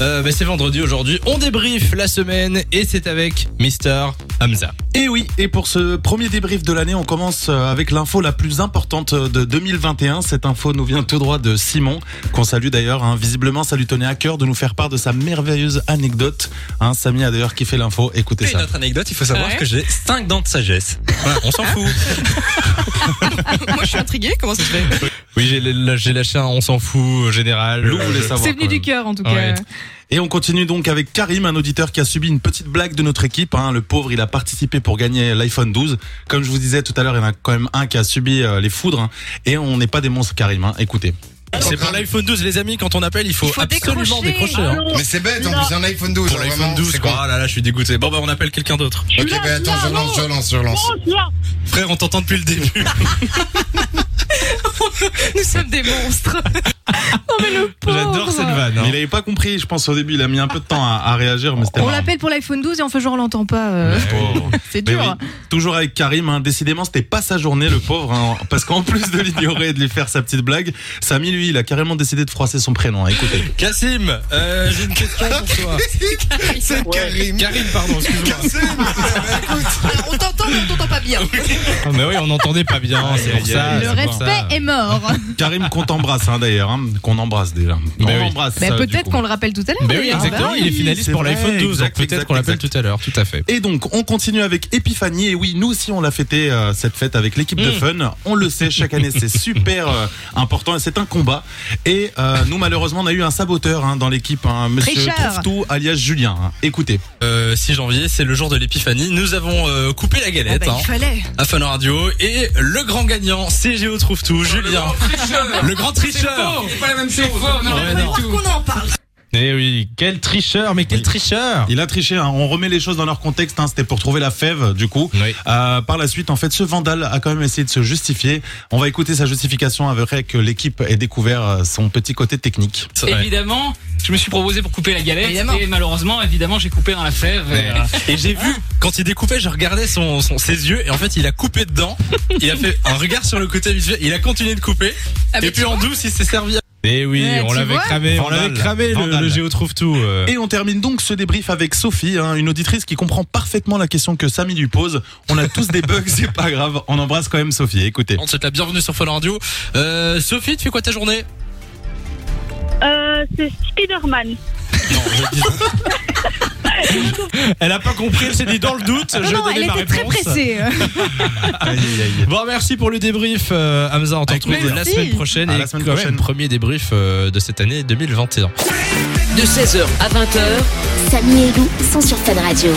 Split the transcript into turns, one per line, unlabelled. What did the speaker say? Euh, bah, c'est vendredi aujourd'hui. On débrief la semaine et c'est avec Mister Hamza.
Et oui, et pour ce premier débrief de l'année, on commence euh, avec l'info la plus importante de 2021. Cette info nous vient tout droit de Simon, qu'on salue d'ailleurs. hein. Visiblement, ça lui tenait à cœur de nous faire part de sa merveilleuse anecdote. Hein, Samy a d'ailleurs kiffé l'info, écoutez
Et
ça.
une autre anecdote, il faut savoir
Ouais.
que j'ai 5 dents de sagesse.
Voilà, on s'en fout.
Moi, je suis intriguée. Comment ça se fait
Oui, j'ai j'ai lâché un on s'en fout euh, général.
Lou
Euh,
voulait
je-
savoir.
C'est venu
quand
du
même.
cœur
Ah
en tout
Ouais.
cas.
Et on continue donc avec Karim, un auditeur qui a subi une petite blague de notre équipe. hein. Le pauvre, il a participé pour gagner l'iPhone 12. Comme je vous disais tout à l'heure, il y en a quand même un qui a subi euh, les foudres. hein. Et on n'est pas des monstres, Karim. hein. Écoutez.
C'est pour l'iPhone 12, les amis. Quand on appelle, il faut,
Il faut
absolument décrocher.
décrocher.
hein.
Mais c'est bête, en
Non.
plus c'est un iPhone 12.
Pour
alors
l'iPhone
vraiment,
12,
c'est
quoi.
con.
Ah là là, je suis dégoûté. Bon, bah, on appelle quelqu'un d'autre.
Ok,
Non,
bah attends,
non,
je lance,
non.
je lance, je lance.
Pense là.
Frère, on t'entend depuis le début.
Nous sommes des monstres.
J'adore cette vanne.
Mais
hein.
il avait pas compris, je pense, au début. Il a mis un peu de temps à, à réagir, mais c'était
On
marrant.
l'appelle pour l'iPhone 12 et on fait genre on l'entend pas. euh,
Oh.
C'est
Mais
dur.
oui, toujours avec Karim, hein. décidément c'était pas sa journée le pauvre, hein. parce qu'en plus de l'ignorer et de lui faire sa petite blague, Samy lui il a carrément décidé de froisser son prénom, hein. écoutez.
Cassim, euh, j'ai une question pour toi.
C'est Karim.
Karim, pardon, excuse-moi.
Alors, on t'entend, mais on t'entend pas bien.
Ah, Mais bah, oui, on n'entendait pas bien, c'est pour ça.
Le
c'est pour
respect
ça.
est mort.
Karim qu'on t'embrasse hein, d'ailleurs, hein. qu'on embrasse déjà.
Mais
on
oui.
embrasse.
Bah,
euh, du
peut-être
coup.
qu'on le rappelle tout à l'heure.
Ben oui,
Ah,
d'ailleurs.
exactement.
Bah
il est finaliste
c'est
pour l'iPhone
vrai,
12. donc
exact,
Peut-être
exact,
qu'on l'appelle tout
exact.
à l'heure. Tout à fait.
Et donc, on continue avec Epiphanie. Et oui, nous aussi, on l'a fêté euh, cette fête avec l'équipe
Mm.
de Fun. On le sait, chaque année, c'est super euh, important et c'est un combat. Et euh, nous, malheureusement, on a eu un saboteur hein, dans l'équipe, hein, Monsieur
Richard.
Trouve-Tout, alias Julien. hein. Écoutez.
Euh, 6 janvier, c'est le jour de l'épiphanie. Nous avons euh, coupé la
Ah
ben,
galette
bah, il
hein,
fallait.
à Fun Radio et le grand gagnant, CGO trouve tout, Julien, le grand tricheur.
pas la même chose.
Ouais, non.
Faut qu'on en parle.
Eh oui, quel tricheur, mais quel
Oui.
tricheur.
Il a triché, hein. on remet les choses dans leur contexte, hein. c'était pour trouver la fève du coup.
Oui.
Euh, par la suite, en fait, ce vandale a quand même essayé de se justifier. On va écouter sa justification avec que l'équipe ait découvert euh, son petit côté technique.
C'est vrai.
Évidemment, je me suis proposé pour couper la galette
Évidemment.
et malheureusement, évidemment, j'ai coupé dans la fève. et, euh,
Et j'ai vu quand il découpait, je regardais son, son- ses yeux et en fait il a coupé dedans. Il a fait un regard sur le côté visuel. Il a continué de couper.
Ah, mais
et puis en douce, il s'est servi. À... Eh oui,
Ouais, on tu l'avait vois
cramé,
on l'avait cramé, le- le
Géo trouve tout. euh.
Et on termine donc ce débrief avec Sophie, hein, une auditrice qui comprend parfaitement la question que Samy lui pose. On a tous des bugs, c'est pas grave, on embrasse quand même Sophie, écoutez.
On te souhaite la bienvenue sur Fun Radio. Euh, Sophie, tu fais quoi ta journée
Euh, c'est Spider-Man.
Elle a pas compris, elle s'est dit dans le doute,
Non, non, elle était très pressée. hein.
Aïe, aïe, aïe.
Bon, merci pour le débrief, euh, Hamza. On te
Avec
retrouve
plaisir.
la
Merci.
semaine prochaine
À
et
la semaine
quand même,
prochaine.
premier débrief euh, de cette année 2021.
De 16h à 20h,
Samy et Lou sont sur Fan Radio.